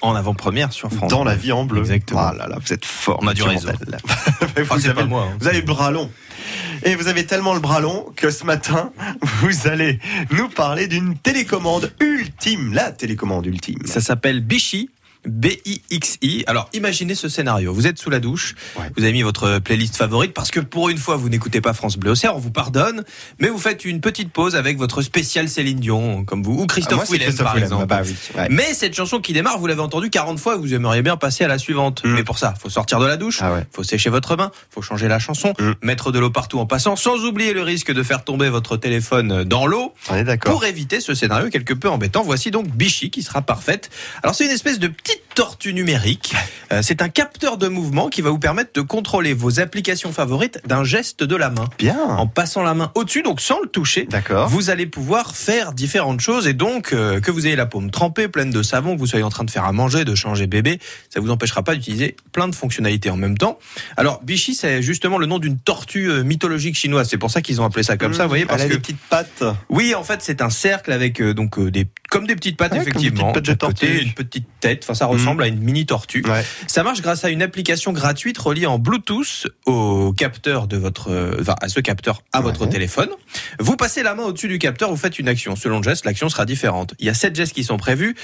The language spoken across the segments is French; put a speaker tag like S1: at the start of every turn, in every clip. S1: en avant-première sur France.
S2: Dans la vie en bleu.
S1: Exactement.
S2: Ah là là, vous êtes fort.
S1: On a du réseau.
S2: Mental.
S1: Enfin,
S2: vous,
S1: c'est
S2: avez,
S1: pas moi. hein.
S2: vous avez le bras long. Et vous avez tellement le bras long que ce matin, vous allez nous parler d'une télécommande ultime. La télécommande ultime. Ah,
S1: Ça s'appelle Bichi. B-I-X-I. Alors, imaginez ce scénario. Vous êtes sous la douche.
S2: Ouais.
S1: Vous avez mis votre playlist favorite parce que pour une fois, vous n'écoutez pas France Bleu Auxerre. On vous pardonne. Mais vous faites une petite pause avec votre spécial Céline Dion, comme vous, ou
S2: Ah,
S1: Christophe
S2: moi, c'est
S1: Willem,
S2: Christophe
S1: par
S2: Willem.
S1: exemple.
S2: Bah oui, ouais.
S1: Mais cette chanson qui démarre, vous l'avez entendue 40 fois, vous aimeriez bien passer à la suivante.
S2: Mm.
S1: Mais pour ça, faut sortir de la douche,
S2: Ah ouais.
S1: faut sécher votre bain, faut changer la chanson,
S2: Mm.
S1: mettre de l'eau partout en passant, sans oublier le risque de faire tomber votre téléphone dans l'eau.
S2: On est d'accord.
S1: Pour éviter ce scénario quelque peu embêtant, voici donc Bichi qui sera parfaite. Alors c'est une espèce de petite tortue numérique. Euh, c'est un capteur de mouvement qui va vous permettre de contrôler vos applications favorites d'un geste de la main.
S2: Bien.
S1: En passant la main au-dessus, donc sans le toucher,
S2: Ah. D'accord.
S1: vous allez pouvoir faire différentes choses et donc euh, que vous ayez la paume trempée, pleine de savon, que vous soyez en train de faire à manger, de changer bébé, ça vous empêchera pas d'utiliser plein de fonctionnalités en même temps. Alors Bichi, c'est justement le nom d'une tortue euh, mythologique chinoise. C'est pour ça qu'ils ont appelé ça comme ça, vous voyez, parce
S2: Mmh, Elle a
S1: que
S2: des petites pattes.
S1: oui, en fait, c'est un cercle avec euh, donc euh, des comme des petites pattes
S2: Ouais, comme des
S1: effectivement,
S2: petites pattes
S1: D'un
S2: de
S1: côté,
S2: tortue. Mm.
S1: une petite tête. Enfin, ça ressemble à une mini tortue.
S2: Ouais.
S1: Ça marche grâce à une application gratuite reliée en Bluetooth au capteur de votre, euh, enfin, à ce capteur à
S2: Ouais.
S1: votre téléphone. Vous passez la main au-dessus du capteur, vous faites une action. Selon le geste, l'action sera différente. Il y a sept gestes qui sont prévus.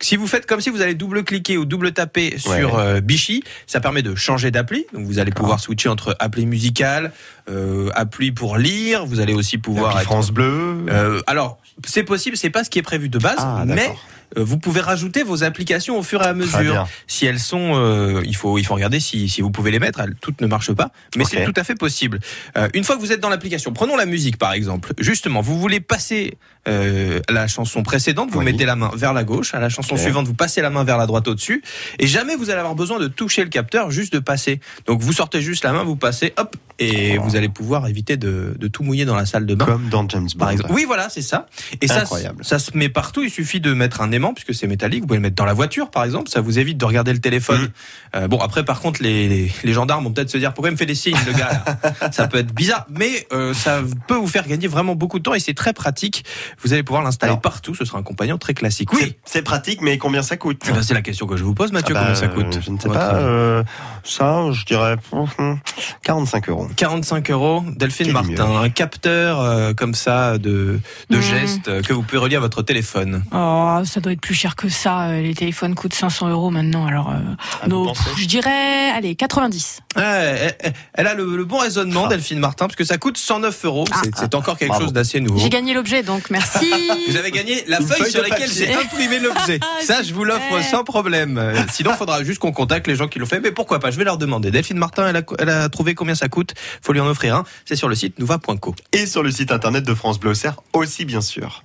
S1: Si vous faites comme si vous allez double-cliquer ou double-taper sur
S2: Ouais.
S1: euh, Bichi, ça permet de changer d'appli. Donc vous allez
S2: D'accord.
S1: pouvoir switcher entre appli musicale, euh, appli pour lire. Vous allez aussi pouvoir
S2: Puis
S1: être-
S2: France Bleu.
S1: euh, alors, c'est possible, c'est pas ce qui est prévu de base,
S2: Ah,
S1: mais
S2: d'accord.
S1: euh, vous pouvez rajouter vos applications au fur et à
S2: Très
S1: mesure.
S2: bien.
S1: Si elles sont, euh, il faut, il faut regarder si, si vous pouvez les mettre. Elles, toutes ne marchent pas, mais
S2: Ok.
S1: c'est tout à fait possible. Euh, une fois que vous êtes dans l'application, prenons la musique par exemple. Justement, vous voulez passer euh, la chanson précédente, vous
S2: Oui.
S1: mettez la main vers la gauche. À la chanson
S2: Ok.
S1: suivante, vous passez la main vers la droite au-dessus. Et jamais vous allez avoir besoin de toucher le capteur, juste de passer. Donc vous sortez juste la main, vous passez, hop, et
S2: Oh.
S1: vous allez pouvoir éviter de, de tout mouiller dans la salle de bain
S2: Comme dans James Bond.
S1: par exemple. Oui, voilà, c'est ça. Et ça,
S2: Incroyable.
S1: ça se met partout. Il suffit de mettre un aimant puisque c'est métallique. Vous pouvez le mettre dans la voiture, par exemple. Ça vous évite de regarder le téléphone.
S2: Mhm.
S1: Euh, bon, après, par contre, les, les, les gendarmes vont peut-être se dire pourquoi il me fait des signes, le gars. là ça peut être bizarre, mais euh, ça peut vous faire gagner vraiment beaucoup de temps et c'est très pratique. Vous allez pouvoir l'installer
S2: Alors.
S1: partout. Ce sera un compagnon très classique.
S2: C'est-
S1: Oui.
S2: C'est pratique, mais combien ça coûte
S1: Eh ben, c'est la question que je vous pose, Mathieu.
S2: Ah bah,
S1: combien ça coûte
S2: Je ne sais
S1: à votre
S2: pas.
S1: avis
S2: euh, ça, je dirais hum, hum, 45 euros.
S1: 45 euros, Delphine
S2: Quel
S1: Martin, un capteur euh, comme ça de, de
S3: Mhm.
S1: gestes euh, que vous pouvez relier à votre téléphone.
S3: Oh, ça doit être plus cher que ça. euh, Les téléphones coûtent 500 euros maintenant. Alors, euh,
S2: Ah,
S3: nos- pff, je dirais, allez, 90.
S1: Ouais, elle, elle- elle a le, le bon raisonnement,
S2: Ah.
S1: Delphine Martin, parce que ça coûte 109 euros.
S3: Ah.
S1: C'est- C'est encore quelque
S2: Bravo.
S1: chose d'assez nouveau.
S3: J'ai gagné l'objet, donc merci.
S1: Vous avez gagné la
S2: Une
S1: feuille
S2: feuille
S1: sur
S2: de
S1: laquelle
S2: papier.
S1: j'ai imprimé l'objet. Ça, je vous l'offre
S3: Ah, Super.
S1: sans problème. Euh, Sinon, faudra juste qu'on contacte les gens qui l'ont fait. Mais pourquoi pas Je vais leur demander. Delphine Martin, elle a, elle a trouvé combien ça coûte. Faut lui en offrir un. C'est sur le site nouva.co.
S2: Et sur le site internet de France Bleu Auxerre aussi, bien sûr.